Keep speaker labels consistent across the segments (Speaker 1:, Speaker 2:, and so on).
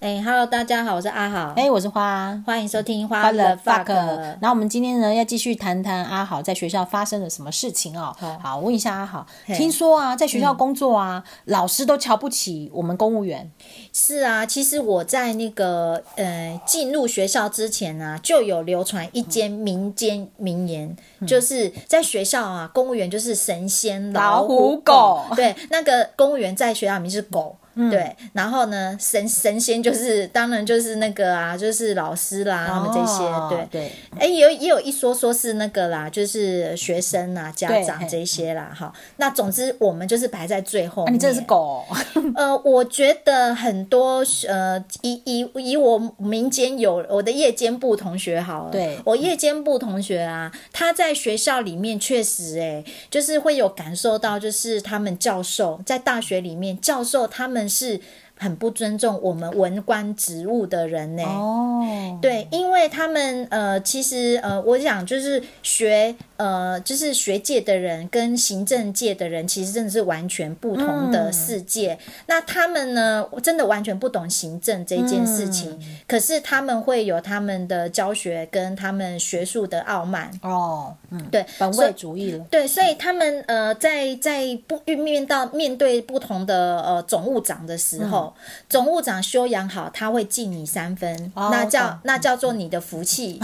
Speaker 1: 哎、h e l l o 大家好，我是阿好，
Speaker 2: 哎、我是花
Speaker 1: 欢迎收听《
Speaker 2: 花
Speaker 1: 花
Speaker 2: 了
Speaker 1: 了
Speaker 2: fuck。
Speaker 1: fuck》。
Speaker 2: 然后我们今天呢，要继续谈谈阿好在学校发生了什么事情哦。
Speaker 1: 好
Speaker 2: 好，问一下阿好，
Speaker 1: 嘿嗯
Speaker 2: 听说啊，在学校工作啊，老师都瞧不起我们公务员。
Speaker 1: 是啊，其实我在那个呃进入学校之前啊，就有流传一间民间名言，
Speaker 2: 嗯
Speaker 1: 就是在学校啊，公务员就是神仙
Speaker 2: 老
Speaker 1: 虎
Speaker 2: 虎狗嗯
Speaker 1: 对，那个公务员在学校里面是狗。对，然后呢，神神仙就是当然就是那个啊，就是老师啦，他们这些、
Speaker 2: 哦
Speaker 1: 对。
Speaker 2: 对，
Speaker 1: 哎、也有也有一说说是那个啦，就是学生啊、家
Speaker 2: 对
Speaker 1: 长
Speaker 2: 嘿
Speaker 1: 这些啦，哈。那总之我们就是排在最后、
Speaker 2: 啊，你真的是。狗哦、
Speaker 1: 呃，我觉得很多呃，以以以我民间有我的夜间部同学好了，
Speaker 2: 对
Speaker 1: 我夜间部同学啊，他在学校里面确实哎、就是会有感受到，就是他们教授在大学里面，教授他们是很不尊重我们文官职务的人呢、
Speaker 2: 哦，
Speaker 1: 对，因为他们呃，其实呃，我想就是学呃，就是学界的人跟行政界的人，其实真的是完全不同的世界。
Speaker 2: 嗯
Speaker 1: 那他们呢，真的完全不懂行政这件事情，
Speaker 2: 嗯
Speaker 1: 可是他们会有他们的教学跟他们学术的傲慢。
Speaker 2: 哦，嗯，
Speaker 1: 对，
Speaker 2: 本
Speaker 1: 所以
Speaker 2: 位主义了。
Speaker 1: 对，所以他们呃，在在不面到面对不同的呃总务长的时候，总务长修养好，他会记你三分，
Speaker 2: 哦
Speaker 1: 那
Speaker 2: 懂
Speaker 1: 叫那叫做你的 福气。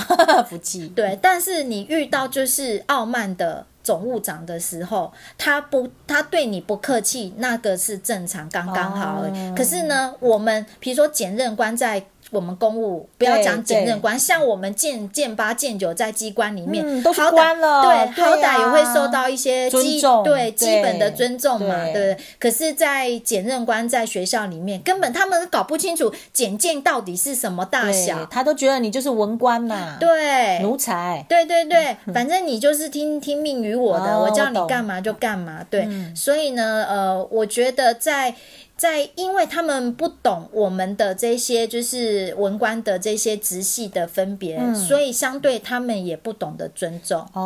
Speaker 2: 福气，
Speaker 1: 对，但是你遇到就是傲慢的总务长的时候，他不他对你不客气，那个是正常，刚刚好而已。
Speaker 2: 哦
Speaker 1: 可是呢，我们比如说检任官在。我们公务不要
Speaker 2: 对
Speaker 1: 讲检
Speaker 2: 嗯对
Speaker 1: 任官，像我们建建八、建九在机关里面，
Speaker 2: 嗯都是
Speaker 1: 好歹
Speaker 2: 官了
Speaker 1: 对，
Speaker 2: 对
Speaker 1: 好歹也
Speaker 2: 啊
Speaker 1: 会受到一些
Speaker 2: 尊
Speaker 1: 基
Speaker 2: 重
Speaker 1: 对基
Speaker 2: 对
Speaker 1: 本的尊重嘛，对
Speaker 2: 对
Speaker 1: 不对？可是，在检任官在学校里面，根本他们搞不清楚检见到底是什么大
Speaker 2: 对
Speaker 1: 小，
Speaker 2: 他都觉得你就是文官嘛，，
Speaker 1: 对，
Speaker 2: 奴才，
Speaker 1: 对对对， 反正你就是听听命于我的，
Speaker 2: 嗯哦
Speaker 1: 我叫
Speaker 2: 我
Speaker 1: 你
Speaker 2: 懂嗯
Speaker 1: 干嘛就干嘛。对，所以呢，呃，我觉得在在，因为他们不懂我们的这些就是文官的这些直系的分别，所以相对他们也不懂得尊重。
Speaker 2: 嗯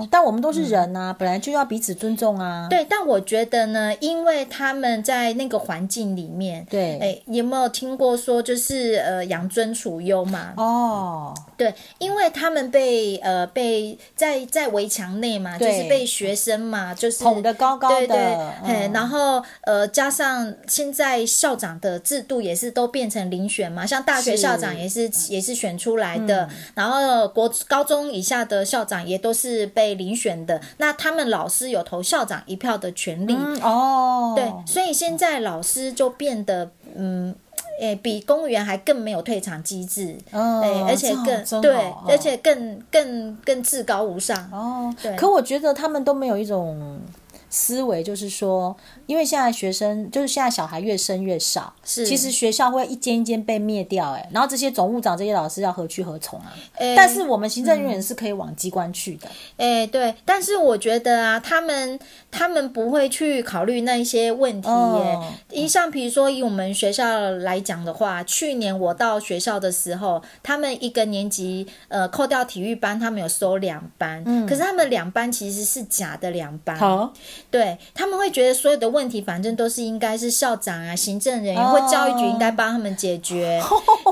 Speaker 2: 哦，但我们都是人呐、本来就要彼此尊重
Speaker 1: 嗯
Speaker 2: 啊。
Speaker 1: 对，但我觉得呢，因为他们在那个环境里面，
Speaker 2: 对
Speaker 1: 哎，有没有听过说就是呃养尊处优嘛？
Speaker 2: 哦，
Speaker 1: 对，因为他们被呃被在在围墙内嘛，就
Speaker 2: 对
Speaker 1: 是被学生嘛，就是
Speaker 2: 捧得高高
Speaker 1: 对
Speaker 2: 的
Speaker 1: 对，嘿
Speaker 2: 嗯
Speaker 1: 然后呃加上现在校长的制度也是都变成遴选嘛，像大学
Speaker 2: 是嗯
Speaker 1: 校长也是也是选出来的，然后国高中以下的校长也都是被遴选的，那他们老师有投校长一票的权利，
Speaker 2: 嗯，哦，
Speaker 1: 对，所以现在老师就变得嗯。诶、比公务员还更没有退场机制，
Speaker 2: 嗯
Speaker 1: 诶而且
Speaker 2: 这好
Speaker 1: 更
Speaker 2: 真
Speaker 1: 对
Speaker 2: 好，嗯
Speaker 1: 而且更更更至高无上。
Speaker 2: 哦
Speaker 1: 对，
Speaker 2: 可我觉得他们都没有一种思维，就是说，因为现在学生就是现在小孩越生越少，
Speaker 1: 是
Speaker 2: 其实学校会一间一间被灭掉，哎，然后这些总务长、这些老师要何去何从啊？
Speaker 1: 诶
Speaker 2: 但是我们行政人员是可以往机关去的，
Speaker 1: 诶、对，但是我觉得啊，他们他们不会去考虑那一些问题耶
Speaker 2: 哦。
Speaker 1: 一、像比如说以我们学校来讲的话，去年我到学校的时候，他们一个年级呃扣掉体育班，他们有收两班，可是他们两班其实是假的两班。
Speaker 2: 嗯好，
Speaker 1: 对他们会觉得所有的问题，反正都是应该是校长啊、行政人员、
Speaker 2: 哦
Speaker 1: 或教育局应该帮他们解 决。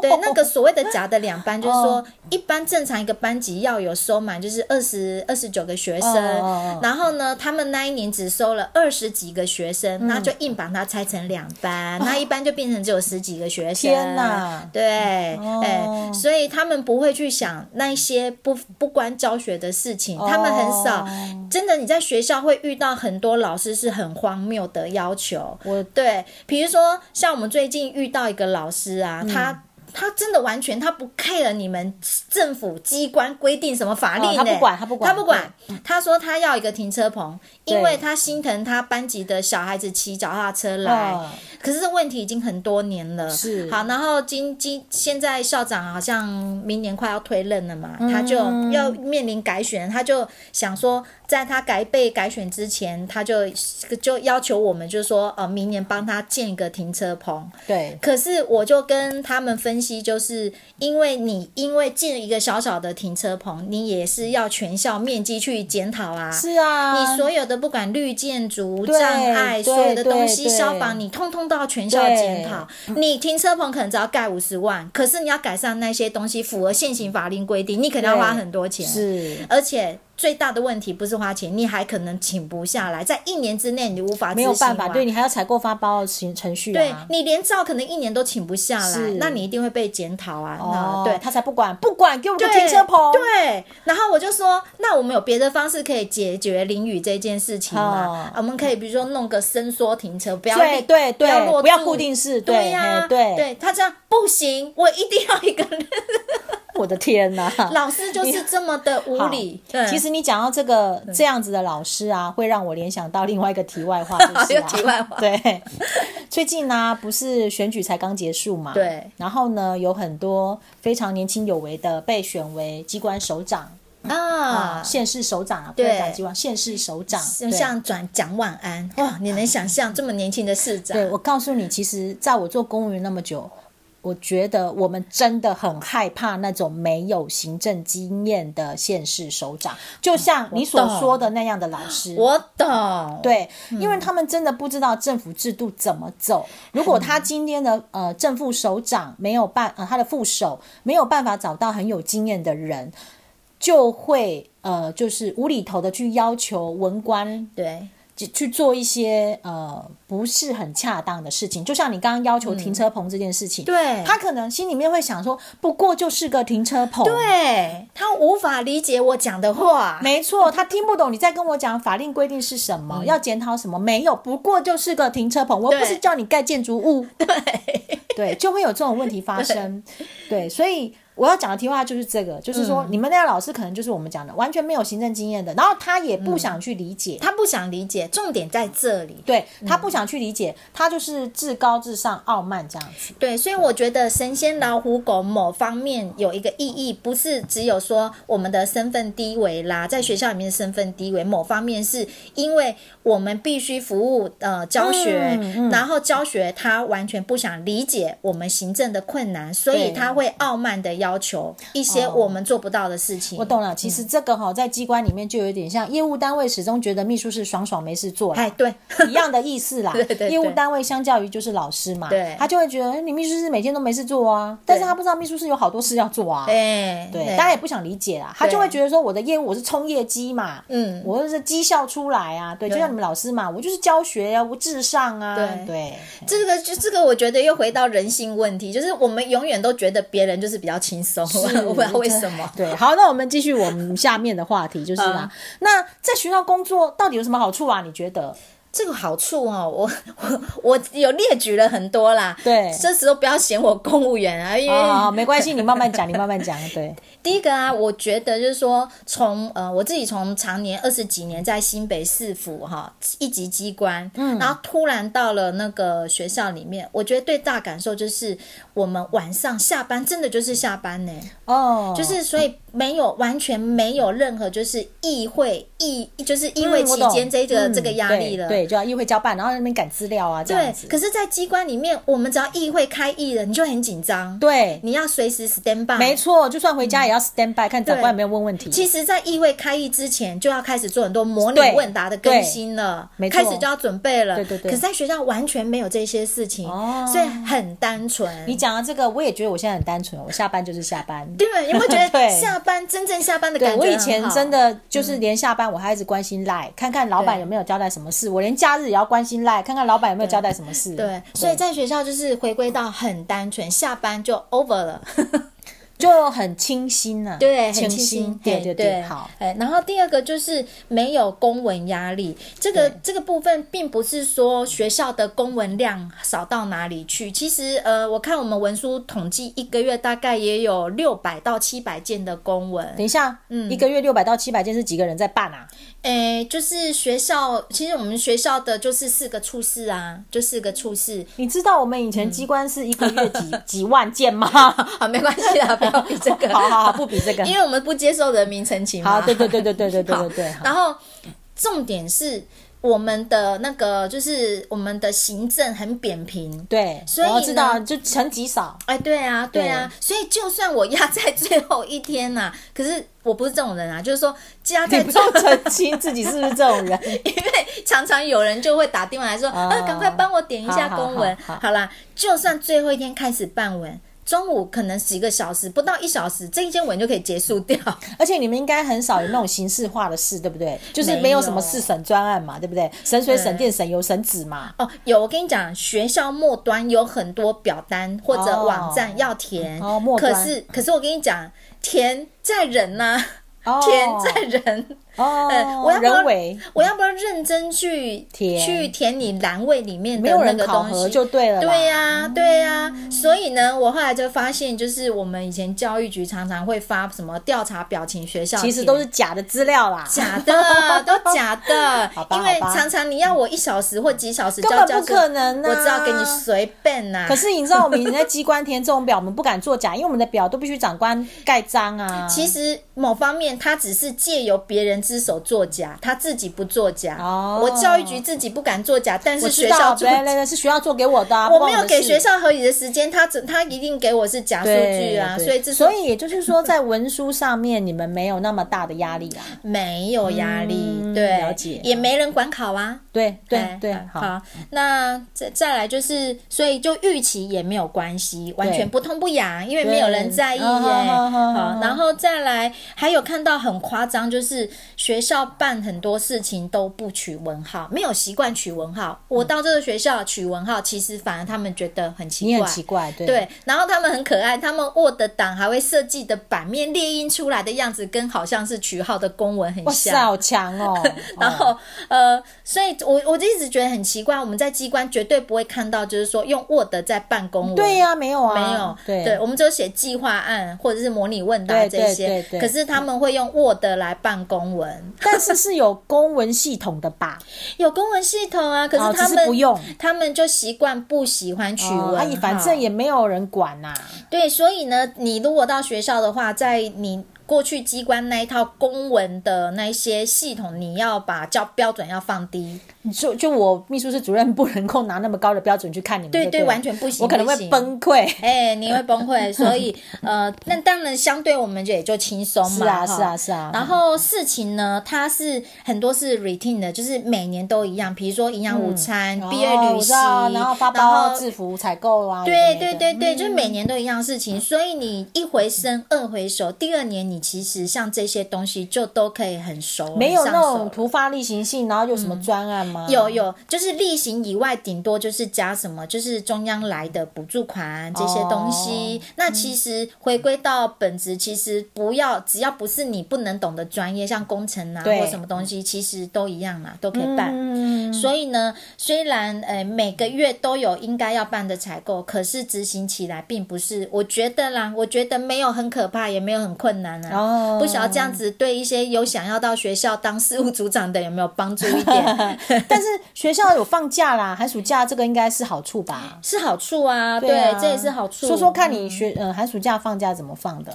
Speaker 1: 对，那个所谓的假的两班，就是说、一般正常一个班级要有收满，就是二十二十九个学生，
Speaker 2: 哦
Speaker 1: 然后呢，他们那一年只收了二十几个学
Speaker 2: 嗯
Speaker 1: 生，那、就硬把它拆成两班，那一般就变成只有十几个学生。
Speaker 2: 哦天哪哦
Speaker 1: 对，哎、所以他们不会去想那一些不不关教学的事情，他们很少。
Speaker 2: 哦
Speaker 1: 真的，你在学校会遇到很多老师是很荒谬的要求。
Speaker 2: 我
Speaker 1: 对，比如说像我们最近遇到一个老师
Speaker 2: 嗯
Speaker 1: 啊，他。他真的完全，他不 care 你们政府机关规定什么法令、呢？
Speaker 2: 哦他不管他不管
Speaker 1: 他不管。他说他要一个停车棚，因
Speaker 2: 对
Speaker 1: 为他心疼他班级的小孩子骑脚踏车来。
Speaker 2: 哦
Speaker 1: 可是这问题已经很多年了。
Speaker 2: 是
Speaker 1: 好，然后今今现在校长啊好像明年快要推任了嘛，他就要面临改选，他就想说在他改被改选之前，他就就要求我们，就是说，呃，明年帮他建一个停车棚。
Speaker 2: 对，
Speaker 1: 可是我就跟他们分析，就是因为你因为建一个小小的停车棚，你也是要全校面积去检讨啊。
Speaker 2: 是啊，
Speaker 1: 你所有的不管绿建筑
Speaker 2: 对
Speaker 1: 障碍，
Speaker 2: 对
Speaker 1: 所有的东西
Speaker 2: 对对嗯
Speaker 1: 消防，你通通都要全校检讨。你停车棚可能只要盖五十万，可是你要改善那些东西，符合现行法令规定，你可能要花很多钱。，
Speaker 2: 是
Speaker 1: 而且最大的问题不是花钱，你还可能请不下来，在一年之内你无法
Speaker 2: 没有
Speaker 1: 执行
Speaker 2: 办法，
Speaker 1: 完
Speaker 2: 对你还要采购发包的程程序
Speaker 1: 对
Speaker 2: 啊。
Speaker 1: 你连照可能一年都请不下来
Speaker 2: 是，
Speaker 1: 那你一定会被检讨啊。
Speaker 2: 哦，
Speaker 1: 那对，
Speaker 2: 他才不管，不管给我个
Speaker 1: 对
Speaker 2: 停车棚。
Speaker 1: 对，然后我就说，那我们有别的方式可以解决淋雨这件事情吗？
Speaker 2: 哦
Speaker 1: 啊我们可以比如说弄个伸缩停车，不要
Speaker 2: 对
Speaker 1: 立
Speaker 2: 对
Speaker 1: 不要
Speaker 2: 对
Speaker 1: 落
Speaker 2: 不要
Speaker 1: 柱
Speaker 2: 固定式对
Speaker 1: 对呀、
Speaker 2: 嘿对
Speaker 1: 对，他这样不行，我一定要一个人。
Speaker 2: 我的天哪！
Speaker 1: 老师就是这么的无理。对，
Speaker 2: 其实你讲到这个这样子的老师啊，会让我联想到另外一个题 外话，就是、
Speaker 1: 又
Speaker 2: 啊、
Speaker 1: 题外话
Speaker 2: 对， 最近呢、不是选举才刚结束嘛？
Speaker 1: 对。
Speaker 2: 然后呢，有很多非常年轻有为的被选为机关首长啊，
Speaker 1: 啊，
Speaker 2: 县市首长啊，不能
Speaker 1: 对
Speaker 2: 讲机关，县市首长。
Speaker 1: 就像转蒋万安哇，你能想象这么年轻的市长？
Speaker 2: 呃对对我告诉你，其实在我做公务员那么久。我觉得我们真的很害怕那种没有行政经验的县市首长，就像你所
Speaker 1: 我懂
Speaker 2: 说的那样的老师。
Speaker 1: 我懂。
Speaker 2: 对，因为他们真的不知道政府制度怎么走。如果他今天的呃正副首长没有办呃他的副手没有办法找到很有经验的人，就会呃就是无厘头的去要求文官
Speaker 1: 对
Speaker 2: 去去做一些呃不是很恰当的事情。就像你刚刚要求停车棚这件事情，
Speaker 1: 对
Speaker 2: 他可能心里面会想说，不过就是个停车棚，对
Speaker 1: 对，他无法理解我讲的话。
Speaker 2: 没错，他听不懂你在跟我讲法令规定是什么，要检讨什么，没有，不过就是个停车棚，我
Speaker 1: 对
Speaker 2: 不是叫你盖建筑物，对对，就会有这种问题发生，对，所以。我要讲的题外话就是这个，就是说、你们那个老师可能就是我们讲的完全没有行政经验的，然后他也不想去理解，
Speaker 1: 他不想理解，重点在这里。
Speaker 2: 对他不想去理解，他就是至高至上、傲慢这样子。
Speaker 1: 对，所以我觉得神仙老虎狗某方面有一个意义，不是只有说我们的身份低微啦，在学校里面的身份低微，某方面是因为我们必须服务呃教学，
Speaker 2: 嗯
Speaker 1: 然后教学他完全不想理解我们行政的困难，所以
Speaker 2: 对
Speaker 1: 他会傲慢的要求一些我们做不到的事情。
Speaker 2: 哦我懂了，其实这个哈、在机关里面就有点像业务单位始终觉得秘书是爽爽没事做啦，
Speaker 1: 哎， 对，
Speaker 2: 一样的意思啦。
Speaker 1: 对对对
Speaker 2: 业务单位相较于就是老师嘛，
Speaker 1: 对
Speaker 2: 他就会觉得哎你秘书是每天都没事做啊，但是他不知道秘书是有好多事要做啊。
Speaker 1: 哎，
Speaker 2: 对，大家也不想理解啊啦，他就会觉得说我的业务我是冲业绩嘛，
Speaker 1: 嗯
Speaker 2: 我就是绩效出来啊，对，就像你们老师嘛，我就是教学啊，我至上啊，
Speaker 1: 对
Speaker 2: 对
Speaker 1: 这个就这个，我觉得又回到人性问题，就是我们永远都觉得别人就是比较轻松，我
Speaker 2: 是
Speaker 1: 我不知道为什么。 嗯
Speaker 2: 对，好，那我们继续我们下面的话 题，就是啦，那在学校工作到底有什么好处啊？你觉得？
Speaker 1: 这个好处哦，我我我有列举了很多啦。
Speaker 2: 对
Speaker 1: 这时候不要嫌我公务员啊，因为、
Speaker 2: 啊、没关系，你慢慢讲，你慢慢讲。 对，
Speaker 1: 第一个啊，我觉得就是说，从呃我自己从常年二十几年在新北市府哈、一级机关，嗯，然后突然到了那个学校里面，我觉得最大感受就是我们晚上下班真的就是下班呢、
Speaker 2: 哦，
Speaker 1: 就是所以没有完全没有任何就是议会议就是议会
Speaker 2: 嗯我
Speaker 1: 期
Speaker 2: 懂
Speaker 1: 间这个、
Speaker 2: 嗯
Speaker 1: 这个压力了。
Speaker 2: 对，对就要议会交办，然后在那边赶资料啊，这样
Speaker 1: 对
Speaker 2: 子。
Speaker 1: 可是，在机关里面，我们只要议会开议了，你就很紧张。，
Speaker 2: 对，
Speaker 1: 你要随时 stand by。
Speaker 2: 没。错，就算回家也要 stand by，看长官
Speaker 1: 对
Speaker 2: 有没有问问题。
Speaker 1: 其实，在议会开议之前，就要开始做很多模拟
Speaker 2: 对
Speaker 1: 问答的更新了，
Speaker 2: 没错
Speaker 1: 开始就要准备了。
Speaker 2: 对对对
Speaker 1: 可是，在学校完全没有这些事情，
Speaker 2: 哦
Speaker 1: 所以很单纯。
Speaker 2: 你讲的这个，我也觉得我现在很单纯，我下班就是下班。
Speaker 1: 对，有没有觉得
Speaker 2: 对
Speaker 1: 下班真正下班的感
Speaker 2: 对，
Speaker 1: 觉？
Speaker 2: 我以前
Speaker 1: 的。
Speaker 2: 真的就是连下班我还一直关心赖，看看老板
Speaker 1: 对
Speaker 2: 有没有交代什么事。我连假日也要关心赖，看看老板有没有交代什么事。
Speaker 1: 对，所以在学校就是回归到很单纯，下班就 over 了。
Speaker 2: 就很清新呐、啊，
Speaker 1: 对，
Speaker 2: 清
Speaker 1: 很清新，
Speaker 2: 对
Speaker 1: 嘿
Speaker 2: 对
Speaker 1: 对
Speaker 2: 对，好，。
Speaker 1: 哎，然后第二个就是没有公文压力，这个这个部分并不是说学校的公文量少到哪里去，其实呃，我看我们文书统计，一个月大概也有六百到七百件的公文。
Speaker 2: 等一下，
Speaker 1: 嗯
Speaker 2: 一个月六百到七百件是几个人在办啊？
Speaker 1: 哎，就是学校，其实我们学校的就是四个处室啊，就四个处室。嗯
Speaker 2: 你知道我们以前机关是一个月几、几万件吗？
Speaker 1: 好，没关系啦，不要比这个，
Speaker 2: 好好好，不比这个。
Speaker 1: 因为我们不接受人民陈情嘛。
Speaker 2: 好，对对对对对对对 对对。
Speaker 1: 然后重点是我们的那个，就是我们的行政很扁平。
Speaker 2: 对，
Speaker 1: 所以
Speaker 2: 我要知道
Speaker 1: 呢
Speaker 2: 就成绩少，
Speaker 1: 哎，对啊，对啊，所以就算我压在最后一天呐、可是我不是这种人啊，就是说压
Speaker 2: 你
Speaker 1: 在
Speaker 2: 不
Speaker 1: 最后
Speaker 2: 用澄清自己是不是这种人。
Speaker 1: 因为常常有人就会打电话来说，
Speaker 2: 哦
Speaker 1: 呃，赶快帮我点一下
Speaker 2: 好好
Speaker 1: 公文。
Speaker 2: 好好
Speaker 1: 啦，就算最后一天开始办文，中午可能几个小时，不到一小时，这一间文就可以结束掉。
Speaker 2: 而且你们应该很少有那种形式化的事，对 不对？就是
Speaker 1: 没
Speaker 2: 没有
Speaker 1: 有
Speaker 2: 什么四省专案嘛，对不对？省水、省电、省油、省纸嘛。
Speaker 1: 哦，有我跟你讲，学校末端有很多表单或者
Speaker 2: 哦
Speaker 1: 网站要填，
Speaker 2: 哦末
Speaker 1: 可
Speaker 2: 端
Speaker 1: 是可是我跟你讲，填在人呐、
Speaker 2: 哦
Speaker 1: 填在人。
Speaker 2: 哦
Speaker 1: 嗯，我要不要
Speaker 2: 人为
Speaker 1: 我要不要认真去
Speaker 2: 填
Speaker 1: 去填你栏位里面
Speaker 2: 没
Speaker 1: 的
Speaker 2: 有
Speaker 1: 那
Speaker 2: 人
Speaker 1: 个
Speaker 2: 考
Speaker 1: 东
Speaker 2: 核
Speaker 1: 西？
Speaker 2: 就对了啦。嗯
Speaker 1: 对呀、对呀、所以呢，我后来就发现，就是我们以前教育局常常会发什么调查表情学校
Speaker 2: 其
Speaker 1: 帖，
Speaker 2: 实都是假的资料啦，
Speaker 1: 假的，都假的
Speaker 2: 好。吧
Speaker 1: 因为
Speaker 2: 好吧
Speaker 1: 常常你要我一小时或几小时
Speaker 2: 根
Speaker 1: 教
Speaker 2: 本
Speaker 1: 教
Speaker 2: 不
Speaker 1: 授，
Speaker 2: 可能啊
Speaker 1: 我只好给你随便啊呐、
Speaker 2: 可是你知道，我们以前在机关填这种表，我们不敢作假，因为我们的表都必须长官盖章啊。
Speaker 1: 其实某方面，他只是借由别人之手作假，他自己不作假。
Speaker 2: 哦
Speaker 1: 我教育局自己不敢作假，但
Speaker 2: 我
Speaker 1: 是
Speaker 2: 知
Speaker 1: 学
Speaker 2: 道，
Speaker 1: 校作
Speaker 2: 对对对，是学校做给我的、啊，
Speaker 1: 我
Speaker 2: 不关
Speaker 1: 没有
Speaker 2: 的
Speaker 1: 给
Speaker 2: 事
Speaker 1: 学校合理的时间，他只他一定给我是假数据啊，
Speaker 2: 对对
Speaker 1: 所以这
Speaker 2: 所以也就是说，在文书上面，你们没有那么大的压力 啊啦。
Speaker 1: 没有压力，
Speaker 2: 嗯
Speaker 1: 对，
Speaker 2: 了解
Speaker 1: 也没人管考啊。
Speaker 2: 对对
Speaker 1: 哎
Speaker 2: 对，
Speaker 1: 好，
Speaker 2: 好，
Speaker 1: 那再再来就是，所以就预期也没有关系，完全不痛不痒，因为没有人在意耶。
Speaker 2: 对嗯嗯嗯
Speaker 1: 好
Speaker 2: 嗯，
Speaker 1: 然后再来还有看到很夸张，就是学校办很多事情都不取文号，没有习惯取文
Speaker 2: 嗯
Speaker 1: 号。我到这个学校取文号，其实反而他们觉得很奇
Speaker 2: 你
Speaker 1: 怪，
Speaker 2: 很奇怪，对
Speaker 1: 对，然后他们很可爱，他们 Word 档还会设计的版面列印出来的样子，跟好像是取号的公文很
Speaker 2: 哇塞，
Speaker 1: 像。！
Speaker 2: 好强哦
Speaker 1: 然
Speaker 2: 哦
Speaker 1: 后，呃，所以我我就一直觉得很奇怪，我们在机关绝对不会看到，就是说用 Word 在办公文，
Speaker 2: 对、呀，没有啊，
Speaker 1: 没有，
Speaker 2: 对
Speaker 1: 我们只有写计划案或者是模拟问答
Speaker 2: 对
Speaker 1: 这
Speaker 2: 对
Speaker 1: 些，
Speaker 2: 对对
Speaker 1: 可是他们会用 Word 来办公文，
Speaker 2: 但是是有公文系统的吧？
Speaker 1: 有公文系统 啊，可
Speaker 2: 哦
Speaker 1: 是他
Speaker 2: 只是
Speaker 1: 们、
Speaker 2: 不用
Speaker 1: 他们就习惯不喜欢取文
Speaker 2: 哦
Speaker 1: 号，
Speaker 2: 啊，你反正也没有人管呐。
Speaker 1: 对，所以呢，你如果到学校的话，在你过去机关那一套公文的那一些系统，你要把教标准要放低。
Speaker 2: 你就就我秘书室主任不能够拿那么高的标准去看你们，
Speaker 1: 对
Speaker 2: 对
Speaker 1: 对
Speaker 2: 了
Speaker 1: 完全不行
Speaker 2: 我可能
Speaker 1: 不
Speaker 2: 会
Speaker 1: 行
Speaker 2: 崩溃。
Speaker 1: 哎、你会崩 溃，所以呃，那当然相对我们就也就轻松嘛，
Speaker 2: 是
Speaker 1: 哈
Speaker 2: 啊是啊是啊
Speaker 1: 然后事情呢，它是很多是 routine 的，就是每年都一样，比如说营养午餐、毕业
Speaker 2: 哦
Speaker 1: 旅
Speaker 2: 我知
Speaker 1: 行，
Speaker 2: 道然后发
Speaker 1: 然
Speaker 2: 包
Speaker 1: 后
Speaker 2: 制服采购啊，
Speaker 1: 对
Speaker 2: 有的没
Speaker 1: 对
Speaker 2: 的
Speaker 1: 对对，就是每年都一样事情，所以你一回生二回熟，第二年你其实像这些东西就都可以很熟，
Speaker 2: 没有
Speaker 1: 很
Speaker 2: 那
Speaker 1: 上手
Speaker 2: 种突发例行性，然后有什么专案吗？
Speaker 1: 有 有，就是例行以外，顶多就是加什么，就是中央来的补助款这些东
Speaker 2: 哦
Speaker 1: 西。
Speaker 2: 嗯
Speaker 1: 那其实回归到本质，其实不要，只要不是你不能懂的专业，像工程啊
Speaker 2: 对
Speaker 1: 或什么东西，其实都一样啦，都可以办。
Speaker 2: 嗯，
Speaker 1: 所以呢，虽然呃每个月都有应该要办的采购，可是执行起来并不是，我觉得啦，我觉得没有很可怕，也没有很困难啊。
Speaker 2: 哦
Speaker 1: 不晓得这样子对一些有想要到学校当事务组长的有没有帮助一点？
Speaker 2: 但是学校有放假啦，寒暑假这个应该是好处吧？
Speaker 1: 是好处啊，对
Speaker 2: 啊
Speaker 1: 这也是好处。嗯
Speaker 2: 说说看你学呃寒暑假放假怎么放的？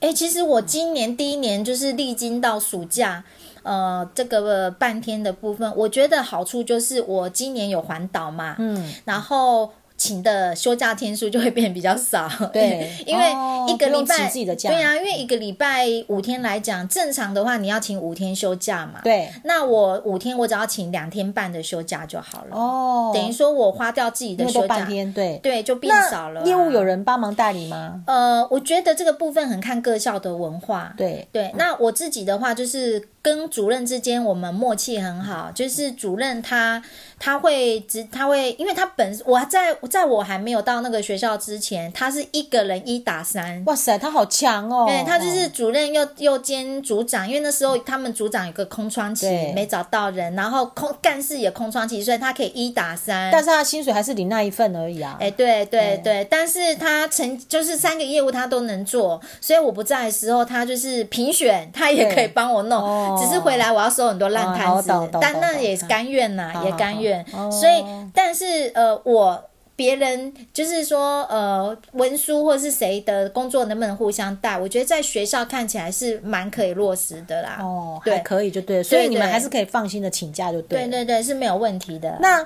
Speaker 1: 哎、其实我今年第一年就是历经到暑假，呃，这个半天的部分，我觉得好处就是我今年有环岛嘛，
Speaker 2: 嗯，
Speaker 1: 然后。请的休假天数就会变比较少，
Speaker 2: 对
Speaker 1: 因为
Speaker 2: 哦
Speaker 1: 一个
Speaker 2: 不用
Speaker 1: 礼拜、
Speaker 2: 请自己的假
Speaker 1: 对啊，因为一个礼拜五天来讲，正常的话你要请五天休假嘛，，
Speaker 2: 对，
Speaker 1: 那我五天我只要请两天半的休假就好了，
Speaker 2: 哦，
Speaker 1: 等于说我花掉自己
Speaker 2: 因
Speaker 1: 的
Speaker 2: 为都
Speaker 1: 休
Speaker 2: 半
Speaker 1: 假，
Speaker 2: 天，对，
Speaker 1: 对，就变
Speaker 2: 那
Speaker 1: 少了啊、
Speaker 2: 业务有人帮忙代理吗？
Speaker 1: 呃，我觉得这个部分很看各校的文化。
Speaker 2: 对，
Speaker 1: 对，那我自己的话就是跟主任之间我们默契很好，就是主任他他会只他会，因为他本我在在我还没有到那个学校之前，他是一个人一打三。
Speaker 2: 哇塞，他好强哦！
Speaker 1: 对他就是主任又又兼组长，因为那时候他们组长有个空窗期
Speaker 2: 对
Speaker 1: 没找到人，然后空干事也空窗期，所以他可以一打三。
Speaker 2: 但是他的薪水还是领那一份而已啊。
Speaker 1: 哎、对对对，但是他成就是三个业务他都能做，所以我不在的时候，他就是评选，他也
Speaker 2: 对
Speaker 1: 可以帮我弄，
Speaker 2: 哦
Speaker 1: 只是回来我要收很多烂
Speaker 2: 哦
Speaker 1: 摊子，
Speaker 2: 懂懂
Speaker 1: 但
Speaker 2: 懂
Speaker 1: 那
Speaker 2: 懂
Speaker 1: 也是甘愿呐、
Speaker 2: 好
Speaker 1: 也
Speaker 2: 好
Speaker 1: 甘
Speaker 2: 好
Speaker 1: 愿。
Speaker 2: 哦
Speaker 1: 所以，但是呃，我别人就是说，呃，文书或是谁的工作能不能互相带？我觉得在学校看起来是蛮可以落实的啦。
Speaker 2: 哦，
Speaker 1: 对
Speaker 2: 还可以就对了，所以
Speaker 1: 对
Speaker 2: 你们
Speaker 1: 对
Speaker 2: 还是可以放心的请假就对
Speaker 1: 对
Speaker 2: 了。
Speaker 1: 对对，是没有问题的。
Speaker 2: 那，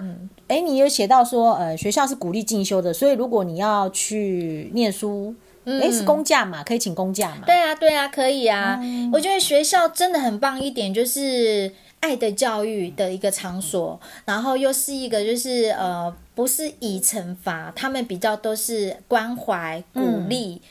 Speaker 2: 哎、你有写到说，呃，学校是鼓励进修的，所以如果你要去念书，哎、是公假嘛，可以请公假嘛？
Speaker 1: 嗯对啊，对啊，可以啊。我觉得学校真的很棒一点，就是爱的教育的一个场所，然后又是一个就是呃，不是以惩罚，他们比较都是关怀、鼓励。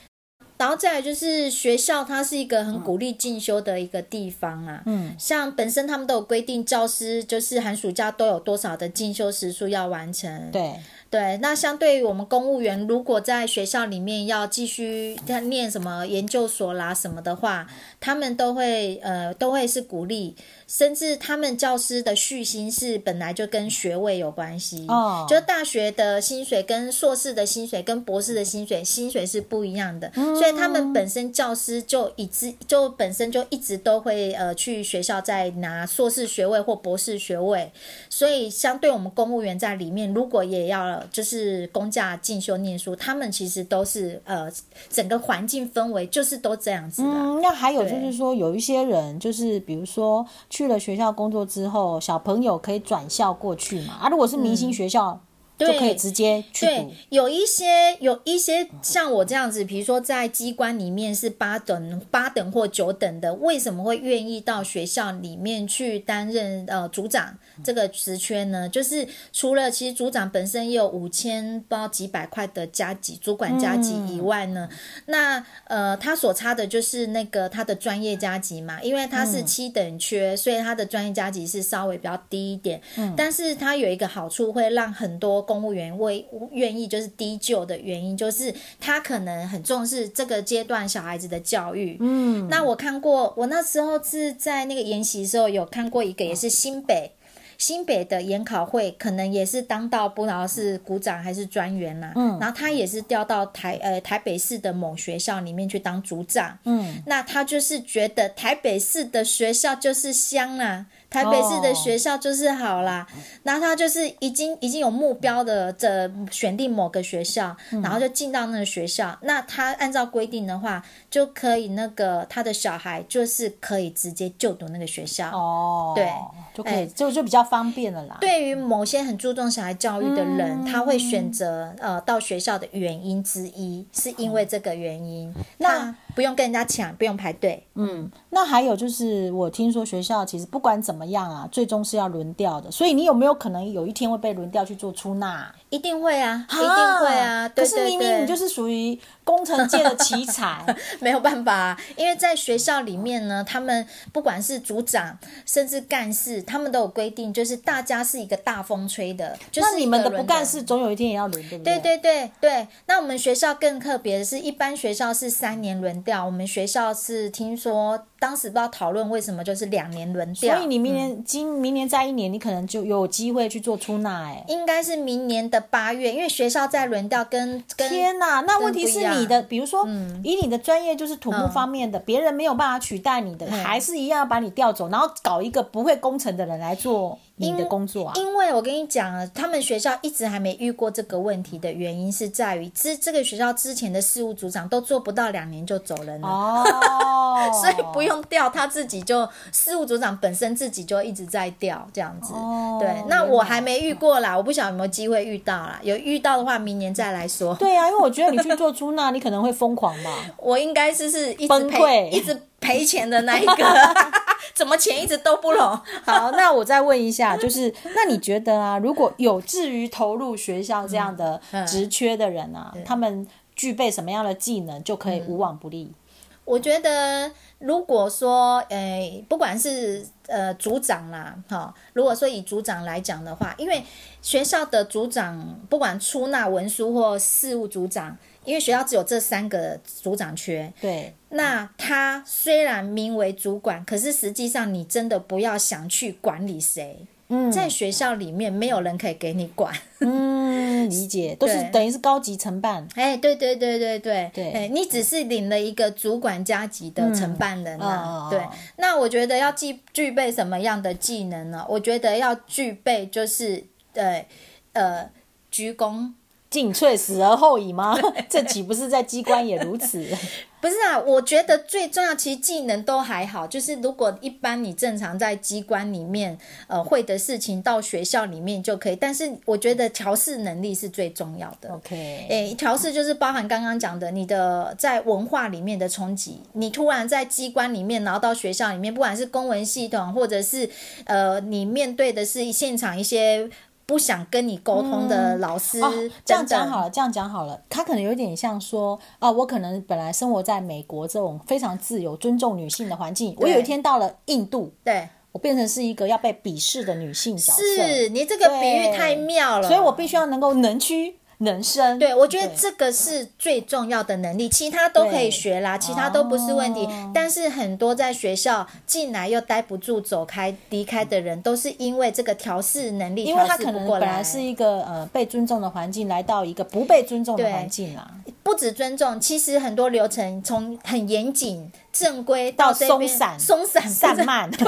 Speaker 1: 然后再来就是学校，它是一个很鼓励进修的一个地方啊。嗯，像本身他们都有规定，教师就是寒暑假都有多少的进修时数要完成。
Speaker 2: 对
Speaker 1: 对，那相对于我们公务员，如果在学校里面要继续要念什么研究所啦什么的话，他们都会呃都会是鼓励，甚至他们教师的续薪是本来就跟学位有关系，
Speaker 2: 哦
Speaker 1: 就大学的薪水跟硕士的薪水跟博士的薪水薪水是不一样的，所以他们本身教师就一直就本身就一直都会呃去学校再拿硕士学位或博士学位，所以相对我们公务员在里面，如果也要就是公假进修念书，他们其实都是呃整个环境氛围就是都这样子的啊、
Speaker 2: 嗯，那还有就
Speaker 1: 对
Speaker 2: 是说，有一些人就是比如说去了学校工作之后，小朋友可以转校过去嘛？啊，如果是明星学校，就可以直接去
Speaker 1: 嗯对
Speaker 2: 读。，
Speaker 1: 有一些有一些像我这样子，比如说在机关里面是八等、八等或九等的，为什么会愿意到学校里面去担任呃组长这个职缺呢？就是除了其实组长本身也有五千包几百块的加级主管加级以外呢，那呃他所差的就是那个他的专业加级嘛，因为他是七等缺，所以他的专业加级是稍微比较低一点。但是它有一个好处，会让很多公务员为愿意就是低就的原因，就是他可能很重视这个阶段小孩子的教育。嗯，那我看过，我那时候是在那个研习的时候有看过一个，也是新北。新北的研考会可能也是当到不知道是股长还是专员啦、嗯，然后他也是调到台呃台北市的某学校里面去当组长，嗯，那他就是觉得台北市的学校就是香啦、台北市的
Speaker 2: 哦
Speaker 1: 学校就是好啦，然后他就是已经已经有目标的，这选定某个学校，
Speaker 2: 嗯
Speaker 1: 然后就进到那个学校。那他按照规定的话，就可以那个他的小孩就是可以直接就读那个学校。
Speaker 2: 哦，
Speaker 1: 对
Speaker 2: 就可以，
Speaker 1: 哎
Speaker 2: 就就比较方便了啦。
Speaker 1: 对于某些很注重小孩教育的人，
Speaker 2: 嗯
Speaker 1: 他会选择呃到学校的原因之一，是因为这个原因。
Speaker 2: 哦
Speaker 1: 那不用跟人家抢，不用排队。
Speaker 2: 嗯那还有就是，我听说学校其实不管怎么样啊，最终是要轮调的，所以你有没有可能有一天会被轮调去做出纳啊？
Speaker 1: 一定会啊，一定会啊！对对
Speaker 2: 可是
Speaker 1: 对，
Speaker 2: 明明你就是属于工程界的奇 才，
Speaker 1: 没有办法、啊因为在学校里面呢，他们不管是组长甚至干事，他们都有规定，就是大家是一个大风吹的，就是
Speaker 2: 那你们
Speaker 1: 一个
Speaker 2: 的不
Speaker 1: 轮
Speaker 2: 干
Speaker 1: 流
Speaker 2: 事哦总有一天也要轮，对不
Speaker 1: 对对
Speaker 2: 对
Speaker 1: 对对，那我们学校更特别的是，一般学校是三年轮调，我们学校是听说当时不知道讨论为什么就是两年轮调，
Speaker 2: 所以你明年、
Speaker 1: 嗯
Speaker 2: 今明年再一年，你可能就有机会去做出纳、哎，
Speaker 1: 应该是明年的八月，因为学校在轮调跟跟
Speaker 2: 天哪！那问题
Speaker 1: 不一
Speaker 2: 是
Speaker 1: 样嗯
Speaker 2: 你的，比如说、以你的专业就是土木方面的，别人没有办法取代你
Speaker 1: 嗯
Speaker 2: 的，还是一样要把你调走，然后搞一个不会工程的人来做你的工作啊？
Speaker 1: 因为我跟你讲啊，他们学校一直还没遇过这个问题的原因是在于，之这个学校之前的事务组长都做不到两年就走人了。
Speaker 2: 哦
Speaker 1: 所以不用调，他自己就事务组长本身自己就一直在调这样子。
Speaker 2: 哦
Speaker 1: 对，那我还没遇过啦，我不晓得有没有机会遇到啦。有遇到的话，明年再来说。
Speaker 2: 对啊，因为我觉得你去做出纳，你可能会疯狂吧。
Speaker 1: 我应该是是一直
Speaker 2: 崩
Speaker 1: 赔
Speaker 2: 溃
Speaker 1: 一直赔钱的那一 个，怎么钱一直都不拢？
Speaker 2: 好，那我再问一下，就是那你觉得啊，如果有志于投入学校这样的
Speaker 1: 嗯
Speaker 2: 职缺的人啊，他们具备什么样的技能就可以
Speaker 1: 嗯
Speaker 2: 无往不利？
Speaker 1: 我觉得，如果说，诶、不管是呃组长啦，哈、如果说以组长来讲的话，因为学校的组长不管出纳文书或事务组长，因为学校只有这三个组长缺，
Speaker 2: 对，
Speaker 1: 那他虽然名为主管，可是实际上你真的不要想去管理谁，
Speaker 2: 嗯
Speaker 1: 在学校里面没有人可以给你管。
Speaker 2: 嗯，理解，都是
Speaker 1: 对
Speaker 2: 等于是高级承办。
Speaker 1: 哎，对对对对对，
Speaker 2: 对
Speaker 1: 哎，你只是领了一个主管加级的承办人啊，
Speaker 2: 嗯哦
Speaker 1: 对。那我觉得要具具备什么样的技能呢？我觉得要具备就是呃呃鞠躬。
Speaker 2: 进退死而后已吗？这岂不是在机关也 如此？
Speaker 1: 不是啊，我觉得最重要，其实技能都还好。就是如果一般你正常在机关里面呃会的事情，到学校里面就可以。但是我觉得调试能力是最重要的。
Speaker 2: OK，
Speaker 1: 诶，调试就是包含刚刚讲的你的在文化里面的冲击，你突然在机关里面，然后到学校里面，不管是公文系统，或者是呃，你面对的是现场一些不想跟你沟通的老师，
Speaker 2: 哦，这样讲
Speaker 1: 嗯等等
Speaker 2: 好了，这样讲好了，他可能有点像说啊，我可能本来生活在美国这种非常自由、尊重女性的环境，我有一天到了印度，
Speaker 1: 对，
Speaker 2: 我变成是一个要被鄙视的女性角色，
Speaker 1: 是你这个比喻
Speaker 2: 对
Speaker 1: 太妙了，
Speaker 2: 所以我必须要能够能屈能伸。
Speaker 1: 对，我觉得这个是最重要的能力，其他都可以学啦，其他都不是问题。
Speaker 2: 哦
Speaker 1: 但是很多在学校进来又待不住、走开、离开的人，都是因为这个调试能力
Speaker 2: 因为
Speaker 1: 调
Speaker 2: 他
Speaker 1: 试
Speaker 2: 可
Speaker 1: 不
Speaker 2: 能
Speaker 1: 过
Speaker 2: 本
Speaker 1: 来
Speaker 2: 来。是一个呃被尊重的环境，来到一个不被尊重的
Speaker 1: 对
Speaker 2: 环境啊啦，
Speaker 1: 不止尊重，其实很多流程从很严谨、正规
Speaker 2: 到
Speaker 1: 这
Speaker 2: 松
Speaker 1: 边
Speaker 2: 散
Speaker 1: 松散、
Speaker 2: 散漫
Speaker 1: 对，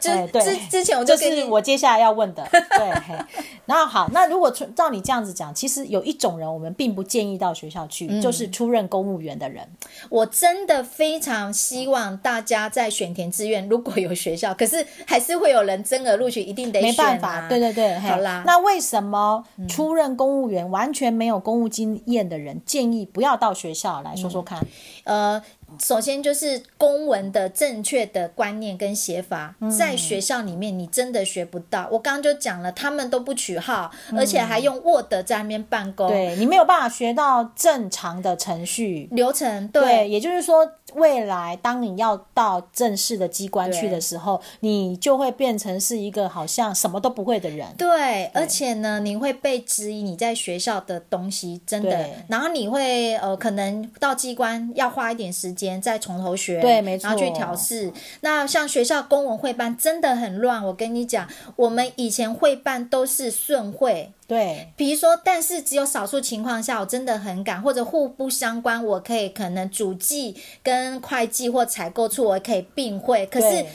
Speaker 1: 就
Speaker 2: 哎对
Speaker 1: 之之前我
Speaker 2: 这
Speaker 1: 就跟你
Speaker 2: 是我接下来要问的。对，嘿 然后好，那如果出照你这样子讲，其实有一种人我们并不建议到学校去，
Speaker 1: 嗯
Speaker 2: 就是出任公务员的人。
Speaker 1: 我真的非常希望大家在选填志愿，如果有学校，可是还是会有人增额录取，一定得
Speaker 2: 没
Speaker 1: 选啊
Speaker 2: 办法，对对对，嘿
Speaker 1: 好啦嗯
Speaker 2: 那为什么出任公务员、完全没有公务经验的人，建议不要到学校来说
Speaker 1: 嗯
Speaker 2: 说看？
Speaker 1: 呃，首先就是公文的正确的观念跟写法，
Speaker 2: 嗯
Speaker 1: 在学校里面你真的学不到。我刚刚就讲了，他们都不取号，而且还用 Word 在那边办公
Speaker 2: 嗯对你没有办法学到正常的程序。
Speaker 1: 流程，
Speaker 2: 对，
Speaker 1: 嗯对。
Speaker 2: 也就是说，未来当你要到正式的机关去的时候，你就会变成是一个好像什么都不会的人。
Speaker 1: 对，而且呢，你会被质疑你在学校的东西，真的
Speaker 2: 对。
Speaker 1: 然后你会呃，可能到机关要花一点时间再从头学，
Speaker 2: 对没错
Speaker 1: 然后去调试。那像学校公文会办真的很乱，我跟你讲，我们以前会办都是顺会，
Speaker 2: 对，
Speaker 1: 比如说，但是只有少数情况下，我真的很赶，或者互不相关，我可以可能主计跟会计或采购处，我可以并会。可是
Speaker 2: 对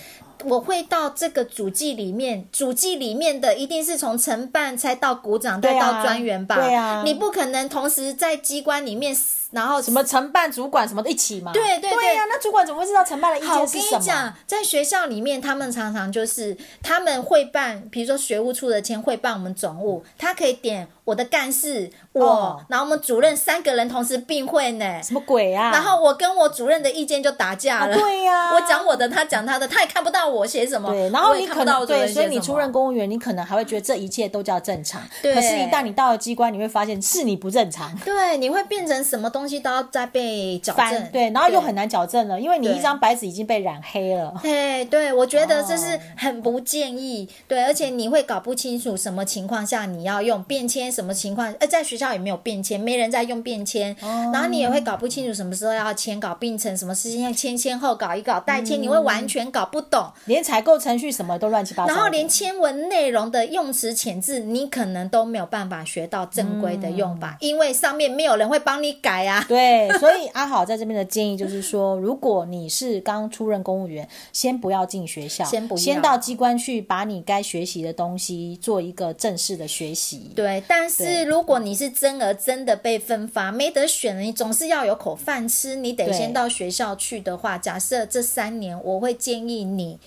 Speaker 1: 我会到这个主计里面，主计里面的一定是从承办才到股长，
Speaker 2: 对
Speaker 1: 再
Speaker 2: 啊
Speaker 1: 到专员吧？
Speaker 2: 对啊
Speaker 1: 你不可能同时在机关里面，然后
Speaker 2: 什么承办主管什么的一起嘛。
Speaker 1: 对对对
Speaker 2: 对呀、那主管怎么会知道承办的意
Speaker 1: 好，我
Speaker 2: 见
Speaker 1: 跟
Speaker 2: 是什
Speaker 1: 你
Speaker 2: 么？
Speaker 1: 讲，在学校里面，他们常常就是他们会办，比如说学务处的签会办我们总务，他可以点我的干事我，
Speaker 2: 哦
Speaker 1: 然后我们主任三个人同时并会呢，
Speaker 2: 什么鬼啊？
Speaker 1: 然后我跟我主任的意见就打架
Speaker 2: 啊
Speaker 1: 了。
Speaker 2: 对呀、
Speaker 1: 我讲我的，他讲他的，他也看不到我写什么，
Speaker 2: 对，然后
Speaker 1: 我也
Speaker 2: 你
Speaker 1: 看
Speaker 2: 可
Speaker 1: 不到
Speaker 2: 能
Speaker 1: 我主任
Speaker 2: 对，
Speaker 1: 写
Speaker 2: 所以你
Speaker 1: 什么
Speaker 2: 出任公务员，你可能还会觉得这一切都叫正常。
Speaker 1: 对
Speaker 2: 可是，一旦你到了机关，你会发现是你不正常。
Speaker 1: 对，你会变成什么东西都要再被矫正
Speaker 2: 翻，对，然后又很难矫正了，因为你
Speaker 1: 对
Speaker 2: 一张白纸已经被染黑了。
Speaker 1: 对对，我觉得这
Speaker 2: 哦
Speaker 1: 是很不建议。对，而且你会搞不清楚什么情况下你要用便签，什么情况呃，在学校也没有便签，没人在用便签，然后你也会搞不清楚什么时候要签稿并成，什么事情要签签后稿一稿代签，你会完全搞不懂。
Speaker 2: 连采购程序什么都乱七八糟的，
Speaker 1: 然后连签文内容的用词遣字，你可能都没有办法学到正规的用法，因为上面没有人会帮你改啊。
Speaker 2: 对，所以阿好在这边的建议就是说，如果你是刚出任公务员，先不要进学校，
Speaker 1: 先不要
Speaker 2: 先到机关去把你该学习的东西做一个正式的学习。
Speaker 1: 对，但
Speaker 2: 对
Speaker 1: 是如果你是真而真的被分发，没得选了，你总是要有口饭吃，你得
Speaker 2: 对
Speaker 1: 先到学校去的话，假设这三年，我会建议你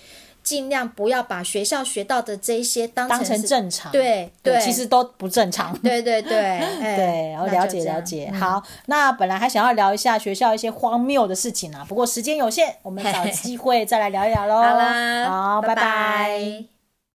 Speaker 1: 尽量不要把学校学到的这些当
Speaker 2: 当成
Speaker 1: 是
Speaker 2: 正常，
Speaker 1: 对对，
Speaker 2: 其实都不正常。
Speaker 1: 对对 对，哎
Speaker 2: 对，
Speaker 1: 那
Speaker 2: 我
Speaker 1: 就
Speaker 2: 了解
Speaker 1: 这样
Speaker 2: 了解。
Speaker 1: 嗯
Speaker 2: 好，那本来还想要聊一下学校一些荒谬的事 情啊，不过时间有限，我们找机会再来聊一聊喽。
Speaker 1: 好啦，
Speaker 2: 好，拜
Speaker 1: 拜
Speaker 2: 拜。